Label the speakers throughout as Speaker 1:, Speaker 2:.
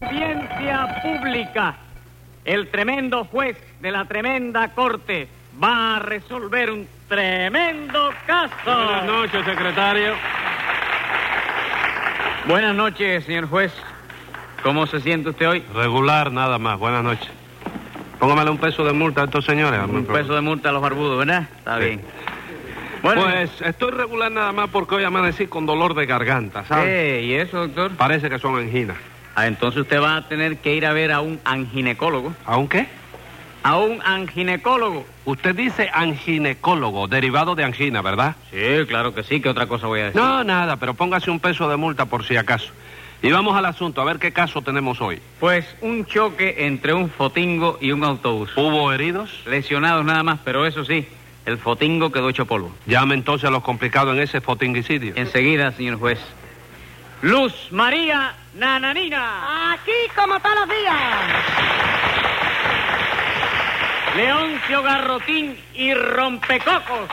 Speaker 1: Audiencia pública. El tremendo juez de la tremenda corte va a resolver un tremendo caso.
Speaker 2: Buenas noches, secretario.
Speaker 1: Buenas noches, señor juez. ¿Cómo se siente usted hoy?
Speaker 2: Regular, Pues nada más. Buenas noches. Póngamele un peso de multa a estos señores.
Speaker 1: Un peso de multa a los barbudos, ¿verdad? Está bien. Bueno,
Speaker 2: Pues estoy regular nada más porque hoy amanecí con dolor de garganta, ¿sabes?
Speaker 1: ¿qué? eh, ¿y eso, doctor?
Speaker 2: Parece que son anginas.
Speaker 1: Ah, entonces usted va a tener que ir a ver a un anginecólogo.
Speaker 2: ¿Aún qué?
Speaker 1: ¿A un anginecólogo?
Speaker 2: Usted dice anginecólogo, derivado de angina, ¿verdad?
Speaker 1: Sí, claro que sí. ¿Qué otra cosa voy a decir?
Speaker 2: No, nada, pero póngase un peso de multa por si acaso. Y vamos al asunto, a ver qué caso tenemos hoy.
Speaker 1: Pues un choque entre un fotingo y un autobús.
Speaker 2: ¿Hubo heridos?
Speaker 1: Lesionados nada más, pero eso sí, el fotingo quedó hecho polvo.
Speaker 2: Llame entonces a los complicados en ese fotinguicidio.
Speaker 1: Enseguida, señor juez. Luz María Nananina. Aquí como todos los días. Leoncio Garrotín y Rompecocos.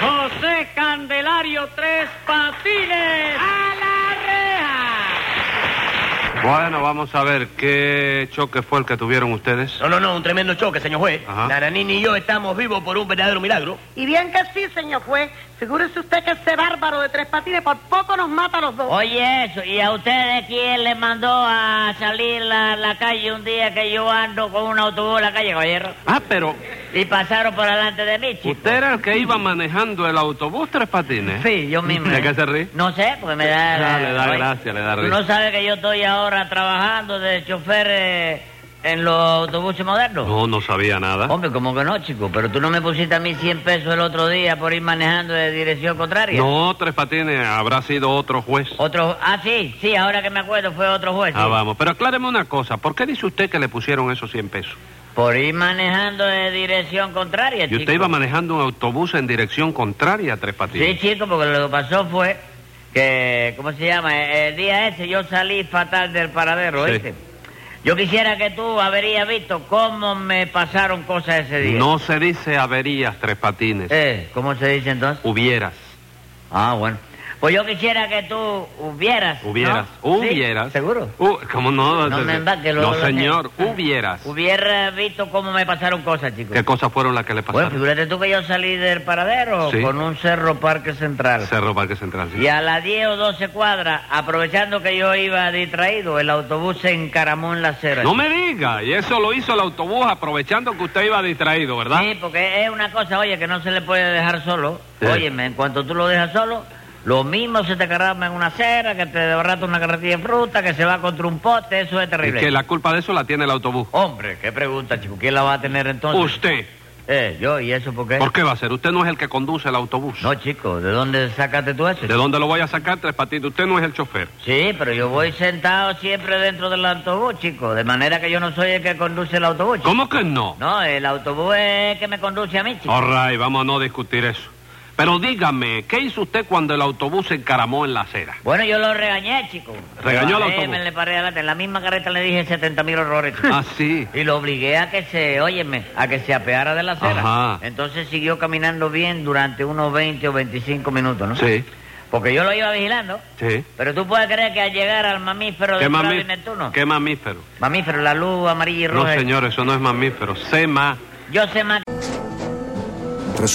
Speaker 1: José Candelario Tres Patines. A la reja.
Speaker 2: Bueno, vamos a ver qué choque fue el que tuvieron ustedes.
Speaker 3: No, no, no, un tremendo choque, señor juez.
Speaker 2: Ajá.
Speaker 3: Nananini y yo estamos vivos por un verdadero milagro.
Speaker 4: Y bien que sí, señor juez. Figúrese usted que ese bárbaro de tres patines por poco nos mata a los dos.
Speaker 5: Oye, eso, ¿y a ustedes quién les mandó a salir a la calle un día que yo ando con un autobús en la calle, caballero?
Speaker 2: Ah, pero
Speaker 5: Y pasaron por delante de mí, chico.
Speaker 2: usted era el que iba manejando el autobús Tres Patines.
Speaker 5: Sí, yo mismo.
Speaker 2: ¿De qué se ríe?
Speaker 5: No sé, porque me da...
Speaker 2: Ah, le da
Speaker 5: oye,
Speaker 2: gracia, le da
Speaker 5: tú
Speaker 2: risa.
Speaker 5: no sabes que yo estoy ahora trabajando de chofer eh, en los autobuses modernos?
Speaker 2: No, no sabía nada.
Speaker 5: Hombre, ¿cómo que no, chico? Pero tú no me pusiste a mí 100 pesos el otro día por ir manejando de dirección contraria.
Speaker 2: No, Tres Patines habrá sido otro juez.
Speaker 5: Otro... Ah, sí, sí, ahora que me acuerdo fue otro juez.
Speaker 2: Ah,
Speaker 5: sí.
Speaker 2: vamos. Pero acláreme una cosa. ¿Por qué dice usted que le pusieron esos 100 pesos?
Speaker 5: Por ir manejando de dirección contraria,
Speaker 2: Y usted
Speaker 5: chico.
Speaker 2: iba manejando un autobús en dirección contraria a Tres Patines.
Speaker 5: Sí, chico, porque lo que pasó fue que, ¿cómo se llama? Eh, El día ese yo salí fatal del paradero,
Speaker 2: Sí.
Speaker 5: ¿oíste? Yo quisiera que tú habrías visto cómo me pasaron cosas ese día.
Speaker 2: No se dice averías, Tres Patines.
Speaker 5: Eh, ¿Cómo se dice entonces?
Speaker 2: Hubieras.
Speaker 5: Ah, bueno. Pues yo quisiera que tú hubieras. ¿no?
Speaker 2: Hubieras.
Speaker 5: Sí,
Speaker 2: Hubieras.
Speaker 5: ¿Seguro?
Speaker 2: Uh, ¿Cómo no?
Speaker 5: No me embarque, luego
Speaker 2: No,
Speaker 5: lo-
Speaker 2: señor. Hubieras.
Speaker 5: Hubiera visto cómo me pasaron cosas, chico.
Speaker 2: ¿Qué cosas fueron las que le
Speaker 5: Bueno,
Speaker 2: pasaron?
Speaker 5: figúrate tú que yo salí del paradero
Speaker 2: Sí.
Speaker 5: con un cerro Parque Central.
Speaker 2: Cerro Parque Central. sí.
Speaker 5: Y a las 10 o 12 cuadras, aprovechando que yo iba distraído, el autobús se encaramó en la acera.
Speaker 2: No me diga. Y eso lo hizo el autobús aprovechando que usted iba distraído, ¿verdad?
Speaker 5: Sí, porque es una cosa, oye, que no se le puede dejar solo.
Speaker 2: Sí.
Speaker 5: Óyeme, en cuanto tú lo dejas solo, lo mismo se te encarama en una acera, que te desbarata una carretilla de fruta, que se va contra un poste, eso es
Speaker 2: Es
Speaker 5: terrible.
Speaker 2: que la culpa de eso la tiene el autobús.
Speaker 5: Hombre, qué pregunta, chico, ¿quién la va a tener entonces?
Speaker 2: Usted.
Speaker 5: Eh, yo, ¿y eso por qué?
Speaker 2: ¿Por qué va a ser? Usted no es el que conduce el autobús.
Speaker 5: No, chico, ¿de dónde sacaste tú eso?
Speaker 2: ¿De dónde lo voy a sacar, Tres Patines? Usted no es el chofer.
Speaker 5: Sí, pero yo voy sentado siempre dentro del autobús, chico, de manera que yo no soy el que conduce el autobús. chico.
Speaker 2: ¿Cómo que no?
Speaker 5: No, el autobús es que me conduce a mí, chico.
Speaker 2: All right, vamos a no discutir eso. Pero dígame, ¿qué hizo usted cuando el autobús se encaramó en la acera?
Speaker 5: Bueno, yo lo regañé, chico.
Speaker 2: ¿Regañó al
Speaker 5: Lo paré,
Speaker 2: autobús?
Speaker 5: me le paré adelante. En la misma carreta le dije 70 mil horrores. chico.
Speaker 2: Ah, sí.
Speaker 5: Y lo obligué a que se, óyeme, a que se apeara de la acera.
Speaker 2: Ajá.
Speaker 5: Entonces siguió caminando bien durante unos 20 o 25 minutos, ¿no?
Speaker 2: Sí,
Speaker 5: Porque yo lo iba vigilando.
Speaker 2: sí.
Speaker 5: Pero tú puedes creer que al llegar al mamífero de
Speaker 2: ¿Qué,
Speaker 5: Urano
Speaker 2: mamí-
Speaker 5: y Neptuno...
Speaker 2: ¿Qué mamífero?
Speaker 5: Mamífero, la luz amarilla y
Speaker 2: No,
Speaker 5: roja.
Speaker 2: señor, eso no es mamífero. Sema.
Speaker 5: Yo sé más
Speaker 6: Tras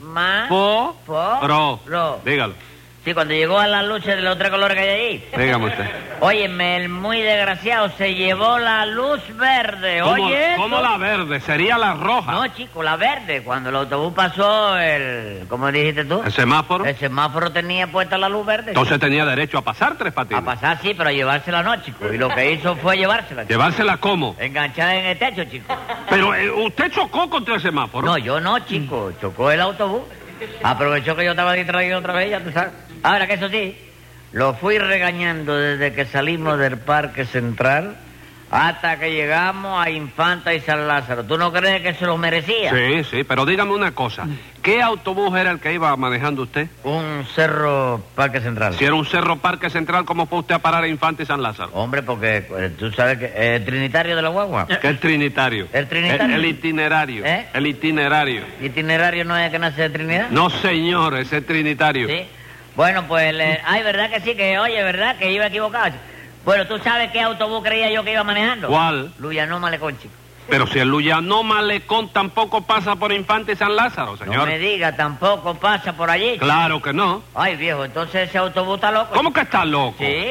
Speaker 5: Ma...
Speaker 2: Po...
Speaker 5: Po-
Speaker 2: Ro.
Speaker 5: Ro.
Speaker 2: Dígalo.
Speaker 5: Sí, cuando llegó a la lucha de los tres colores que hay ahí.
Speaker 2: Dígame usted.
Speaker 5: Óyeme, el muy desgraciado se llevó la luz verde.
Speaker 2: ¿Cómo,
Speaker 5: Oye, eso.
Speaker 2: cómo la verde? Sería la roja.
Speaker 5: No, chico, la verde. Cuando el autobús pasó, el... ¿Cómo dijiste tú?
Speaker 2: ¿El semáforo?
Speaker 5: El semáforo tenía puesta la luz verde.
Speaker 2: Entonces tenía derecho a pasar tres patines.
Speaker 5: A pasar, sí, pero a llevársela no, chico. Y lo que hizo fue llevársela. chico.
Speaker 2: ¿Llevársela cómo?
Speaker 5: Enganchada en el techo, chico.
Speaker 2: Pero eh, usted chocó contra el semáforo.
Speaker 5: No, yo no, chico. Chocó el autobús. Aprovechó que yo estaba distraído otra vez, ya tú sabes. Ahora que eso sí, lo fui regañando desde que salimos del Parque Central hasta que llegamos a Infanta y San Lázaro. ¿Tú no crees que se lo merecía?
Speaker 2: Sí, sí, pero dígame una cosa.
Speaker 5: Mm.
Speaker 2: ¿Qué autobús era el que iba manejando usted?
Speaker 5: Un cerro Parque Central.
Speaker 2: Si era un cerro Parque Central, ¿cómo fue usted a parar a Infante y San Lázaro?
Speaker 5: Hombre, porque eh, tú sabes que eh, Trinitario de la Guagua.
Speaker 2: Que el Trinitario.
Speaker 5: Eh. El Trinitario.
Speaker 2: Eh, El, el itinerario.
Speaker 5: ¿Eh?
Speaker 2: El itinerario.
Speaker 5: ¿Itinerario no es que nace de Trinidad?
Speaker 2: No, señor, ese es Trinitario.
Speaker 5: Sí. Bueno, pues, le- ay, ¿verdad que sí? Que, oye, ¿verdad? Que iba equivocado. Bueno, ¿tú sabes qué autobús creía yo que iba manejando?
Speaker 2: ¿Cuál?
Speaker 5: Luyanó Malecón, chico.
Speaker 2: Pero si el Luyano Malecón tampoco pasa por Infante y San Lázaro, señor.
Speaker 5: No me diga, tampoco pasa por allí. chico.
Speaker 2: Claro que no.
Speaker 5: Ay, viejo, entonces ese autobús está loco.
Speaker 2: ¿Cómo que está loco?
Speaker 5: Sí.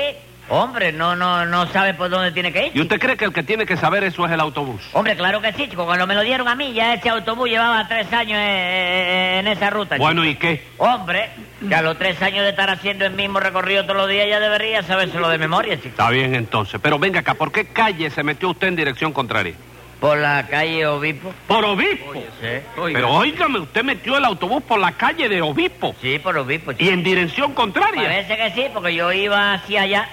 Speaker 5: Hombre, no, no, no sabe por dónde tiene que ir.
Speaker 2: ¿Y usted cree que el que tiene que saber eso es el autobús?
Speaker 5: Hombre, claro que sí, chico. Cuando me lo dieron a mí, ya ese autobús llevaba tres años eh, eh, en esa ruta. chico.
Speaker 2: Bueno, ¿y qué?
Speaker 5: Hombre, que a los tres años de estar haciendo el mismo recorrido todos los días ya debería sabérselo de memoria, chico.
Speaker 2: Está bien entonces, pero venga acá, ¿por qué calle se metió usted en dirección contraria?
Speaker 5: Por la calle Obispo.
Speaker 2: Por obispo.
Speaker 5: Sí,
Speaker 2: Pero óigame, usted metió el autobús por la calle de obispo
Speaker 5: sí por Obispo,
Speaker 2: y
Speaker 5: chico.
Speaker 2: en dirección contraria.
Speaker 5: Parece que sí, porque yo iba hacia allá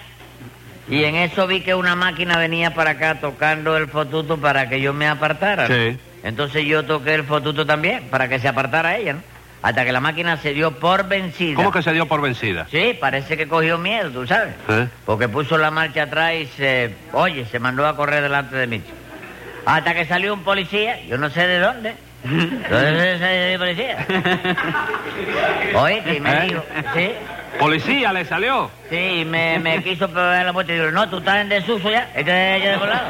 Speaker 5: y en eso vi que una máquina venía para acá tocando el fotuto para que yo me apartara. ¿no?
Speaker 2: Sí.
Speaker 5: Entonces yo toqué el fotuto también para que se apartara ella, ¿no? Hasta que la máquina se dio por vencida.
Speaker 2: ¿Cómo que se dio por vencida?
Speaker 5: Sí, parece que cogió miedo, tú sabes.
Speaker 2: ¿Eh?
Speaker 5: Porque puso la marcha atrás y se. Oye, se mandó a correr delante de mí. chico. Hasta que salió un policía, yo no sé de dónde. Entonces salió el policía. Oíste, y me
Speaker 2: ¿Eh?
Speaker 5: dijo. Sí,
Speaker 2: Policía le salió.
Speaker 5: sí, y me, me quiso pegar la puerta y dijo, no, tú estás en desuso ya. este Entonces ella de volado.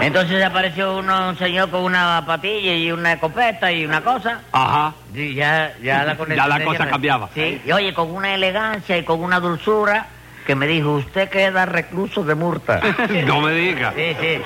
Speaker 5: Entonces apareció uno, un señor con una patilla y una escopeta y una cosa.
Speaker 2: Ajá.
Speaker 5: Sí, ya, ya la conexión
Speaker 2: Ya la
Speaker 5: de
Speaker 2: cosa
Speaker 5: me-
Speaker 2: cambiaba.
Speaker 5: Sí, y oye, con una elegancia y con una dulzura que me dijo, usted queda recluso de multa.
Speaker 2: no me diga.
Speaker 5: sí, sí.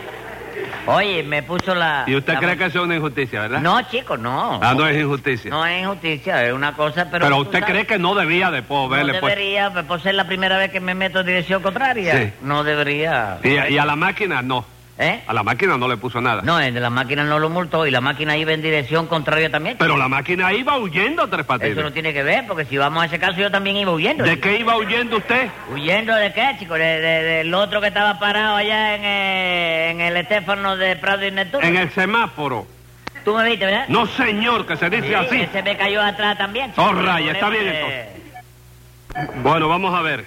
Speaker 5: Oye, me puso la...
Speaker 2: ¿Y usted
Speaker 5: la-
Speaker 2: cree que eso es una injusticia, verdad?
Speaker 5: No, chico, no.
Speaker 2: Ah, no es injusticia.
Speaker 5: No es injusticia, es una cosa, pero...
Speaker 2: pero
Speaker 5: tú
Speaker 2: usted
Speaker 5: sabes,
Speaker 2: cree que no debía de
Speaker 5: No
Speaker 2: verle pues.
Speaker 5: debería, pues, por ser la primera vez que me meto en dirección contraria.
Speaker 2: Sí.
Speaker 5: No debería.
Speaker 2: Y, a- y a la máquina no.
Speaker 5: ¿Eh?
Speaker 2: A la máquina no le puso nada.
Speaker 5: No, el de la máquina no lo multó y la máquina iba en dirección contraria también.
Speaker 2: Pero la máquina iba huyendo tres patines.
Speaker 5: Eso no tiene que ver, porque si vamos a ese caso yo también iba huyendo.
Speaker 2: ¿De
Speaker 5: chico.
Speaker 2: qué iba huyendo usted?
Speaker 5: ¿Huyendo de qué, chico? De- de- del otro que estaba parado allá en, eh, en el Estéfano de Prado y Neptuno.
Speaker 2: En el semáforo.
Speaker 5: Tú me viste, ¿verdad?
Speaker 2: No, señor, que se dice
Speaker 5: Sí,
Speaker 2: así.
Speaker 5: Ese me cayó atrás también.
Speaker 2: Oh, raya, está bien,
Speaker 5: Eh,
Speaker 2: Bueno, vamos a ver.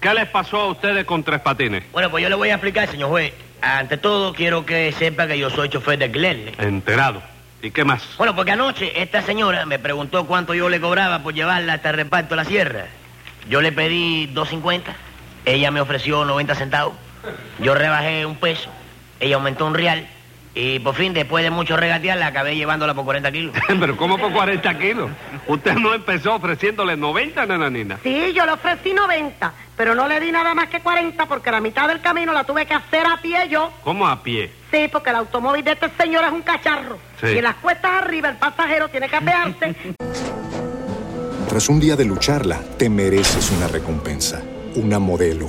Speaker 2: ¿Qué les pasó a ustedes con Tres Patines?
Speaker 3: Bueno, pues yo le voy a explicar, señor juez. Ante todo, quiero que sepa que yo soy chofer de Glenley.
Speaker 2: Enterado. ¿Y qué más?
Speaker 3: Bueno, porque anoche esta señora me preguntó cuánto yo le cobraba por llevarla hasta el reparto de la sierra. Yo le pedí 2.50, ella me ofreció 90 centavos, yo rebajé un peso, ella aumentó un real y por fin, después de mucho regatear, la acabé llevándola por 40 kilos.
Speaker 2: Pero ¿cómo por 40 kilos? Usted no empezó ofreciéndole 90, nananina.
Speaker 4: Sí, yo le ofrecí 90, pero no le di nada más que 40 porque la mitad del camino la tuve que hacer a pie yo.
Speaker 2: ¿Cómo a pie?
Speaker 4: Sí, porque el automóvil de este señor es un cacharro.
Speaker 2: Sí.
Speaker 4: Y en las cuestas arriba el pasajero tiene que apearse.
Speaker 6: Tras un día de lucharla, te mereces una recompensa, una modelo,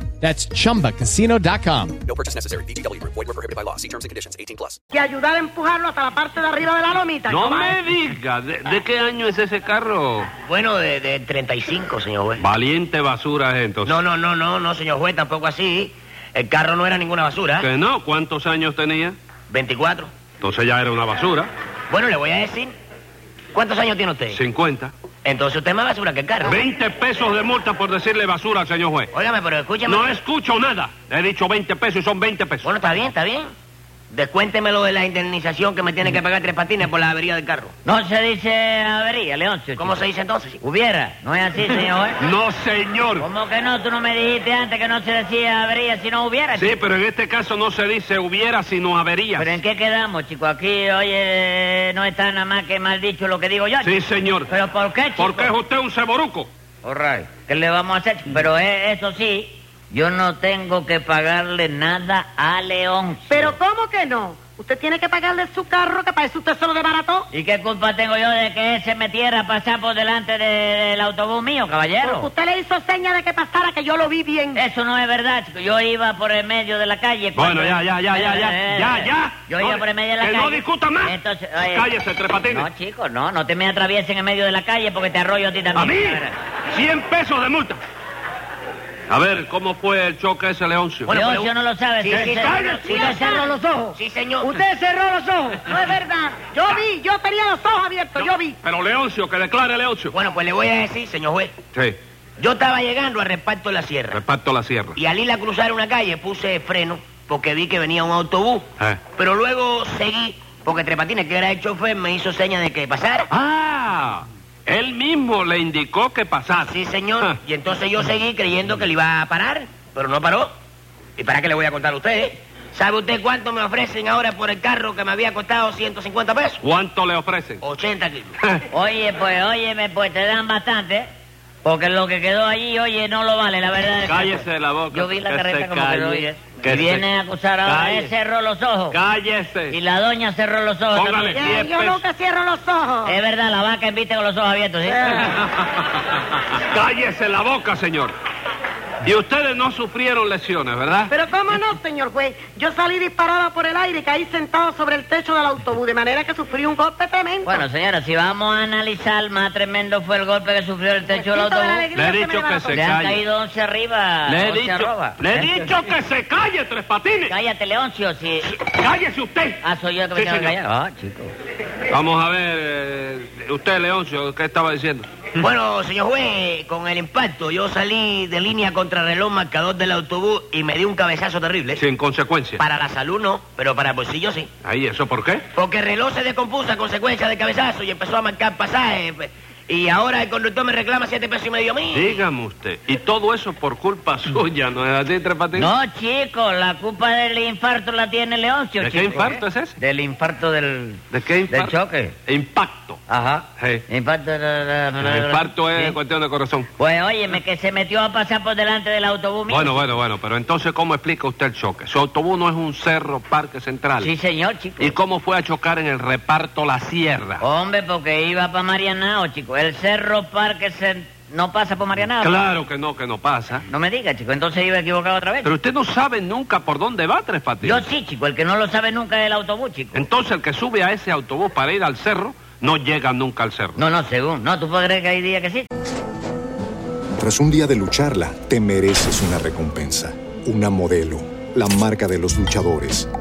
Speaker 7: That's chumbacasino.com.
Speaker 8: No purchase necessary. VGW Group. Void were prohibited by law. See terms and conditions. 18 plus.
Speaker 4: y ayudar a empujarlo hasta la parte de arriba de la lomita.
Speaker 2: No me
Speaker 4: chaval.
Speaker 2: diga, ¿de, de qué año es ese carro?
Speaker 3: Bueno, de, de 35, señor juez.
Speaker 2: Valiente basura es entonces.
Speaker 3: No, no, no, no, no, señor juez, tampoco así. El carro no era ninguna basura.
Speaker 2: ¿Que no? ¿Cuántos años tenía?
Speaker 3: 24.
Speaker 2: Entonces ya era una basura.
Speaker 3: Bueno, le voy a decir. ¿Cuántos años tiene usted?
Speaker 2: 50.
Speaker 3: Entonces usted es más basura que el carro.
Speaker 2: 20 pesos de multa por decirle basura, señor juez.
Speaker 3: Óigame, pero escúchame.
Speaker 2: No escucho nada. He dicho 20 pesos y son 20 pesos.
Speaker 3: Bueno, está bien, está bien. Descuénteme lo de la indemnización que me tiene que pagar Tres Patines por la avería del carro.
Speaker 5: No se dice avería, Leoncio.
Speaker 3: ¿Cómo
Speaker 5: chico.
Speaker 3: se dice entonces? chico?
Speaker 5: Hubiera. No es así, señor. juez.
Speaker 2: No, señor.
Speaker 5: ¿Cómo que no? Tú no me dijiste antes que no se decía avería si no hubiera.
Speaker 2: Sí,
Speaker 5: chico.
Speaker 2: pero en este caso no se dice hubiera, sino averías.
Speaker 5: ¿Pero en qué quedamos, chico? Aquí, oye, no está nada más que mal dicho lo que digo yo.
Speaker 2: Sí,
Speaker 5: chico.
Speaker 2: señor.
Speaker 5: ¿Pero por qué, chico?
Speaker 2: Porque es usted un ceboruco.
Speaker 5: All right. ¿Qué le vamos a hacer? chico? Pero eh, eso sí, yo no tengo que pagarle nada a Leoncio.
Speaker 4: Pero ¿cómo que no? Usted tiene que pagarle su carro, que para eso usted se lo desbarató.
Speaker 5: ¿Y qué culpa tengo yo de que él se metiera a pasar por delante de- del autobús mío,
Speaker 4: Porque
Speaker 5: caballero?
Speaker 4: usted le hizo seña de que pasara, que yo lo vi bien.
Speaker 5: Eso no es verdad, chico. Yo iba por el medio de la calle.
Speaker 2: Bueno,
Speaker 5: cuando-
Speaker 2: ya, ya, ya, ya,
Speaker 5: Eh,
Speaker 2: ya,
Speaker 5: eh,
Speaker 2: ya, ya.
Speaker 5: Yo
Speaker 2: No,
Speaker 5: iba por el medio de la
Speaker 2: que
Speaker 5: calle.
Speaker 2: no discuta más.
Speaker 5: Entonces, oye,
Speaker 2: Cállese, Tres Patines.
Speaker 5: Eh, No, chico, no, no te me atravieses en el medio de la calle porque te arroyo a ti
Speaker 2: A
Speaker 5: también.
Speaker 2: mí,
Speaker 5: Ahora.
Speaker 2: 100 pesos de multa. A ver, ¿cómo fue el choque ese, Leoncio?
Speaker 5: Bueno, pues,
Speaker 3: pero-
Speaker 5: Leoncio no lo sabe.
Speaker 3: Sí,
Speaker 5: tú
Speaker 3: sí,
Speaker 5: te-
Speaker 3: cállate,
Speaker 5: tú
Speaker 3: sí,
Speaker 5: te
Speaker 3: lo
Speaker 5: cerró
Speaker 3: sabe.
Speaker 5: los ojos.
Speaker 3: Sí, señor.
Speaker 4: Usted cerró los ojos. No es verdad. Yo vi, yo tenía los ojos abiertos, yo vi.
Speaker 2: Pero Leoncio, que declare Leoncio.
Speaker 3: Bueno, pues le voy a decir, señor juez.
Speaker 2: Sí,
Speaker 3: Yo estaba llegando al reparto de la sierra.
Speaker 2: reparto la sierra.
Speaker 3: Y al ir a cruzar una calle puse freno porque vi que venía un autobús.
Speaker 2: Eh.
Speaker 3: Pero luego seguí porque Tres Patines, que era el chofer, me hizo seña de que pasara.
Speaker 2: Ah, él mismo le indicó que pasara.
Speaker 3: Sí, señor.
Speaker 2: Ah.
Speaker 3: Y entonces yo seguí creyendo que le iba a parar, pero no paró. ¿Y para qué le voy a contar a usted? eh? ¿Sabe usted cuánto me ofrecen ahora por el carro que me había costado 150 pesos?
Speaker 2: ¿Cuánto le ofrecen?
Speaker 3: 80 kilos.
Speaker 5: Oye, pues, óyeme, pues te dan bastante. Porque lo que quedó allí, oye, no lo vale, la verdad. es que-
Speaker 2: Cállese la boca.
Speaker 5: Yo vi la
Speaker 2: que
Speaker 5: carreta
Speaker 2: se
Speaker 5: como
Speaker 2: calle,
Speaker 5: quedó oye.
Speaker 2: que
Speaker 5: y
Speaker 2: se-
Speaker 5: viene a acusar ahora.
Speaker 2: Cállese.
Speaker 5: Él cerró los ojos.
Speaker 2: Cállese.
Speaker 5: Y la doña cerró los ojos
Speaker 2: Póngale.
Speaker 5: también.
Speaker 4: Eh,
Speaker 2: Diez
Speaker 4: yo
Speaker 2: pesos.
Speaker 4: nunca cierro los ojos.
Speaker 5: Es verdad, la vaca invite con los ojos abiertos, ¿sí?
Speaker 2: Cállese la boca, señor. Y ustedes no sufrieron lesiones, ¿verdad?
Speaker 4: Pero cómo no, señor juez. Yo salí disparada por el aire y caí sentado sobre el techo del autobús, de manera que sufrí un golpe tremendo.
Speaker 5: Bueno, señora, si vamos a analizar, más tremendo fue el golpe que sufrió el techo del
Speaker 4: Besito Pues, de la
Speaker 5: autobús.
Speaker 4: alegría
Speaker 2: Le he
Speaker 4: me
Speaker 2: dicho que
Speaker 4: levantó.
Speaker 2: se-
Speaker 5: Le han
Speaker 2: calle.
Speaker 5: caído 11 arriba,
Speaker 2: Le he
Speaker 5: 11
Speaker 2: dicho,
Speaker 5: Ah, arroba.
Speaker 2: le he dicho que se calle, Tres Patines.
Speaker 5: Cállate, Leoncio, si...
Speaker 2: Cállese usted.
Speaker 5: Ah, soy yo que me
Speaker 2: Sí,
Speaker 5: tengo que
Speaker 2: señor.
Speaker 5: callar. Ah, chico.
Speaker 2: Vamos a ver, eh, usted, Leoncio, ¿qué estaba diciendo?
Speaker 3: Bueno, señor juez, con el impacto yo salí de línea contrarreloj marcador del autobús y me di un cabezazo terrible.
Speaker 2: Sin consecuencia.
Speaker 3: Para la salud no, pero para el bolsillo sí.
Speaker 2: Ahí, ¿eso por qué?
Speaker 3: Porque el reloj se descompuso a consecuencia del cabezazo y empezó a marcar pasajes. pues. Y ahora el conductor me reclama siete pesos y medio mil.
Speaker 2: Dígame usted, y todo eso por culpa suya, ¿no es así, Tres Patines?
Speaker 5: Mm. No, chico, la culpa del infarto la tiene Leoncio,
Speaker 2: ¿De qué
Speaker 5: chico,
Speaker 2: infarto
Speaker 5: ¿eh?
Speaker 2: es ese?
Speaker 5: Del infarto del...
Speaker 2: ¿De qué infarto?
Speaker 5: Del choque.
Speaker 2: E Impacto.
Speaker 5: Ajá.
Speaker 2: Ah, Sí.
Speaker 5: Infarto...
Speaker 2: El infarto es
Speaker 5: Sí.
Speaker 2: cuestión de corazón.
Speaker 5: Pues óyeme, que se metió a pasar por delante del autobús mío.
Speaker 2: Bueno, bueno, bueno, pero entonces, ¿cómo explica usted el choque? Su autobús no es un cerro, parque central.
Speaker 5: Sí, señor, chico.
Speaker 2: ¿Y cómo fue a chocar en el reparto La Sierra?
Speaker 5: Hombre, porque iba para Marianao, chico. El Cerro Parque Cen- no pasa por Marianao.
Speaker 2: Claro que no, que no pasa.
Speaker 5: No me diga, chico. Entonces iba equivocado otra vez.
Speaker 2: Pero usted no sabe nunca por dónde va Tres Patines.
Speaker 5: Yo sí, chico. El que no lo sabe nunca es el autobús, chico.
Speaker 2: Entonces, el que sube a ese autobús para ir al cerro, no llega nunca al cerro.
Speaker 5: No, no, según. No, tú puedes creer que hay días que sí.
Speaker 6: Tras un día de lucharla, te mereces una recompensa, una modelo, la marca de los luchadores.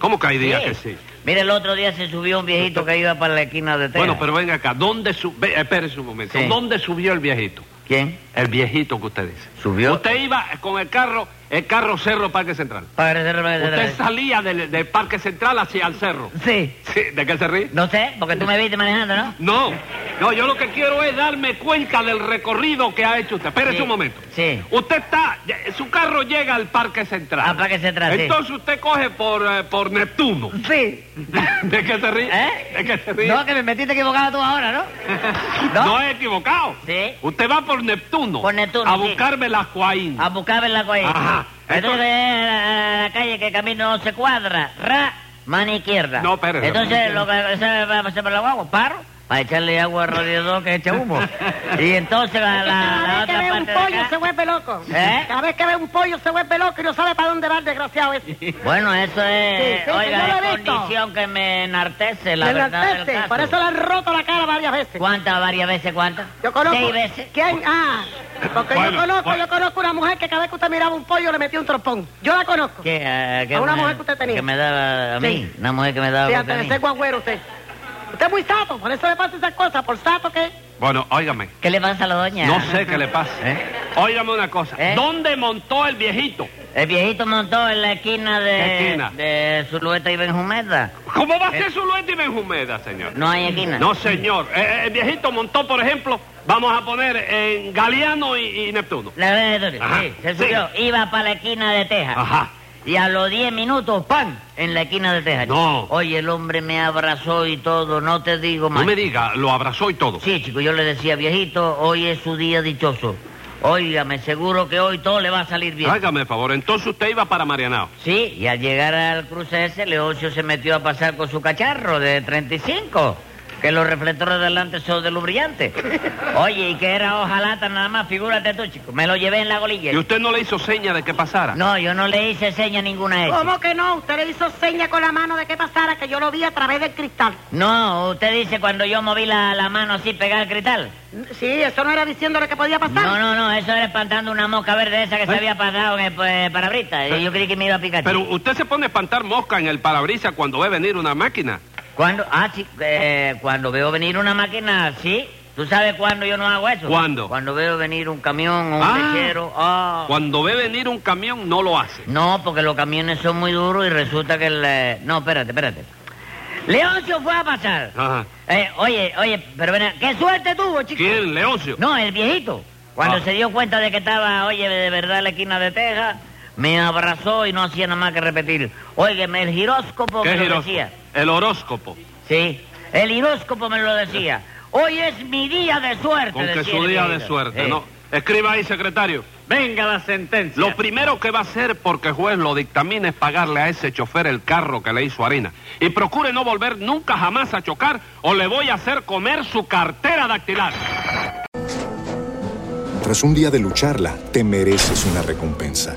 Speaker 2: ¿Cómo que hay días
Speaker 5: Sí.
Speaker 2: que sí?
Speaker 5: Mira, el otro día se subió un viejito que iba para la esquina de Texas.
Speaker 2: Bueno, pero venga acá, ¿dónde subió? Espérese un momento.
Speaker 5: Sí.
Speaker 2: ¿Dónde subió el viejito?
Speaker 5: ¿Quién?
Speaker 2: El viejito que usted dice.
Speaker 5: Subió.
Speaker 2: Usted iba con el carro, el carro Cerro Parque Central.
Speaker 5: Padre Cerro Parque
Speaker 2: Usted
Speaker 5: Central.
Speaker 2: salía del, del Parque Central hacia el cerro.
Speaker 5: Sí.
Speaker 2: Sí, ¿De qué se ríe?
Speaker 5: No sé, porque tú me viste manejando, ¿no?
Speaker 2: No, no, yo lo que quiero es darme cuenta del recorrido que ha hecho usted. Espérese
Speaker 5: Sí.
Speaker 2: un momento.
Speaker 5: Sí. Ah,
Speaker 2: Usted está, ya- su carro llega al Parque Central.
Speaker 5: Al Parque Central, sí.
Speaker 2: Entonces usted coge por, eh, por Neptuno.
Speaker 5: Sí.
Speaker 2: ¿De qué se ríe?
Speaker 5: ¿Eh?
Speaker 2: ¿De qué se ríe?
Speaker 5: No, que me metiste equivocado tú ahora, ¿no?
Speaker 2: No he equivocado.
Speaker 5: Sí.
Speaker 2: Usted va por Neptuno.
Speaker 5: Por Neptuno,
Speaker 2: A
Speaker 5: sí. Ah,
Speaker 2: buscarme las Coaín.
Speaker 5: A buscar en la calle.
Speaker 2: Ajá.
Speaker 5: Entonces, eh, la calle que camino se cuadra. Ra, mano izquierda.
Speaker 2: No, espérese.
Speaker 5: Entonces, lo que se va a hacer para la guagua, paro. Para echarle agua al radiador que echa humo. y entonces la, la, la
Speaker 4: Cada vez que
Speaker 5: otra
Speaker 4: ve un
Speaker 5: parte de
Speaker 4: pollo
Speaker 5: acá.
Speaker 4: se vuelve loco.
Speaker 5: ¿Eh?
Speaker 4: Cada vez que ve un pollo se vuelve loco y no sabe para dónde va el desgraciado ese.
Speaker 5: Bueno, eso es,
Speaker 4: Sí, sí,
Speaker 5: oiga,
Speaker 4: yo lo he
Speaker 5: es
Speaker 4: visto.
Speaker 5: condición que me enartece, la
Speaker 4: Le
Speaker 5: verdad del
Speaker 4: enaltece,
Speaker 5: caso.
Speaker 4: Por eso le han roto la cara varias veces.
Speaker 5: ¿Cuántas, varias veces, cuántas?
Speaker 4: Yo conozco.
Speaker 5: Seis veces.
Speaker 4: ¿Quién? Ah, porque
Speaker 2: Bueno,
Speaker 4: yo conozco,
Speaker 2: bueno.
Speaker 4: yo conozco una mujer que cada vez que usted miraba un pollo le metía un trompón. Yo la conozco.
Speaker 5: ¿Qué, eh, qué
Speaker 4: A una
Speaker 5: me-
Speaker 4: mujer que usted tenía.
Speaker 5: Que me daba a mí,
Speaker 4: Sí.
Speaker 5: una mujer que me daba
Speaker 4: Fíjate,
Speaker 5: boca a
Speaker 4: de
Speaker 5: mí.
Speaker 4: ser guagüero usted. Usted es muy sato, por eso le pasa esas cosas. ¿Por sato qué?
Speaker 2: Bueno, óigame.
Speaker 5: ¿Qué le pasa a la doña?
Speaker 2: No sé qué le pasa.
Speaker 5: ¿Eh?
Speaker 2: Óigame una cosa.
Speaker 5: ¿Eh?
Speaker 2: ¿Dónde montó el viejito?
Speaker 5: El viejito montó en la esquina
Speaker 2: ¿Qué
Speaker 5: de,
Speaker 2: esquina?
Speaker 5: de Zulueta y Benjumeda.
Speaker 2: ¿Cómo va a
Speaker 5: Eh.
Speaker 2: ser su y Benjumeda, señor?
Speaker 5: No hay esquina.
Speaker 2: No, señor. Eh, el viejito montó, por ejemplo, vamos a poner en Galeano y, y Neptuno.
Speaker 5: La verdad,
Speaker 2: Ajá.
Speaker 5: sí, se
Speaker 2: Sí.
Speaker 5: subió. Iba para la esquina de Texas.
Speaker 2: Ajá.
Speaker 5: Y a los 10 minutos, ¡pam! En la esquina de Texas.
Speaker 2: No.
Speaker 5: Oye, el hombre me abrazó y todo, no te digo más.
Speaker 2: No me diga, lo abrazó y todo.
Speaker 5: Sí, chico, yo le decía, viejito, hoy es su día dichoso. Óigame, seguro que hoy todo le va a salir bien.
Speaker 2: Hágame el favor, entonces usted iba para Marianao.
Speaker 5: Sí, y al llegar al cruce ese, Leocio se metió a pasar con su cacharro de 35. que los reflectores de delante son de los brillantes. Oye, y que era hoja lata nada más, figúrate tú, chico. Me lo llevé en la golilla.
Speaker 2: ¿Y usted no le hizo seña de que pasara?
Speaker 5: No, yo no le hice seña ninguna a ella.
Speaker 4: ¿Cómo que no? Usted le hizo seña con la mano de que pasara, que yo lo vi a través del cristal.
Speaker 5: No, usted dice cuando yo moví la, la mano así pegada al cristal.
Speaker 4: Sí, eso no era diciéndole que podía
Speaker 3: Ah.
Speaker 4: pasar.
Speaker 5: No, no, no, eso era espantando una mosca verde esa que se había pasado en el pues, parabrisas. Y yo creí que me iba a picar.
Speaker 2: Pero usted se pone a espantar mosca en el parabrisas cuando ve venir una máquina.
Speaker 5: Cuando, ah, sí, eh, cuando veo venir una máquina, sí. ¿Tú sabes cuándo yo no hago eso?
Speaker 2: ¿Cuándo?
Speaker 5: Cuando veo venir un camión o un
Speaker 2: Ah.
Speaker 5: lechero. ah.
Speaker 2: Cuando ve venir un camión, no lo hace.
Speaker 5: No, porque los camiones son muy duros y resulta que el... eh, No, espérate, espérate. Leoncio fue a pasar.
Speaker 2: Ajá.
Speaker 5: Eh, oye, oye, pero ven, a- qué suerte tuvo, chico.
Speaker 2: ¿Quién, Leoncio?
Speaker 5: No, el viejito. Cuando
Speaker 2: Ah.
Speaker 5: se dio cuenta de que estaba, oye, de verdad en la esquina de Texas, me abrazó y no hacía nada más que repetir. Óigeme, el giróscopo
Speaker 2: ¿Qué
Speaker 5: me lo
Speaker 2: giros-
Speaker 5: decía.
Speaker 2: El horóscopo.
Speaker 5: Sí, el giróscopo me lo decía. Hoy es mi día de suerte.
Speaker 2: Con que
Speaker 5: decía
Speaker 2: su
Speaker 5: el
Speaker 2: día de
Speaker 5: viejito.
Speaker 2: suerte,
Speaker 5: Sí.
Speaker 2: ¿no? Escriba ahí, secretario.
Speaker 9: Venga la sentencia.
Speaker 2: Lo primero que va a hacer, porque juez lo dictamina, es pagarle a ese chofer el carro que le hizo harina. Y procure no volver nunca jamás a chocar o le voy a hacer comer su cartera dactilar.
Speaker 6: Tras un día de lucharla, te mereces una recompensa,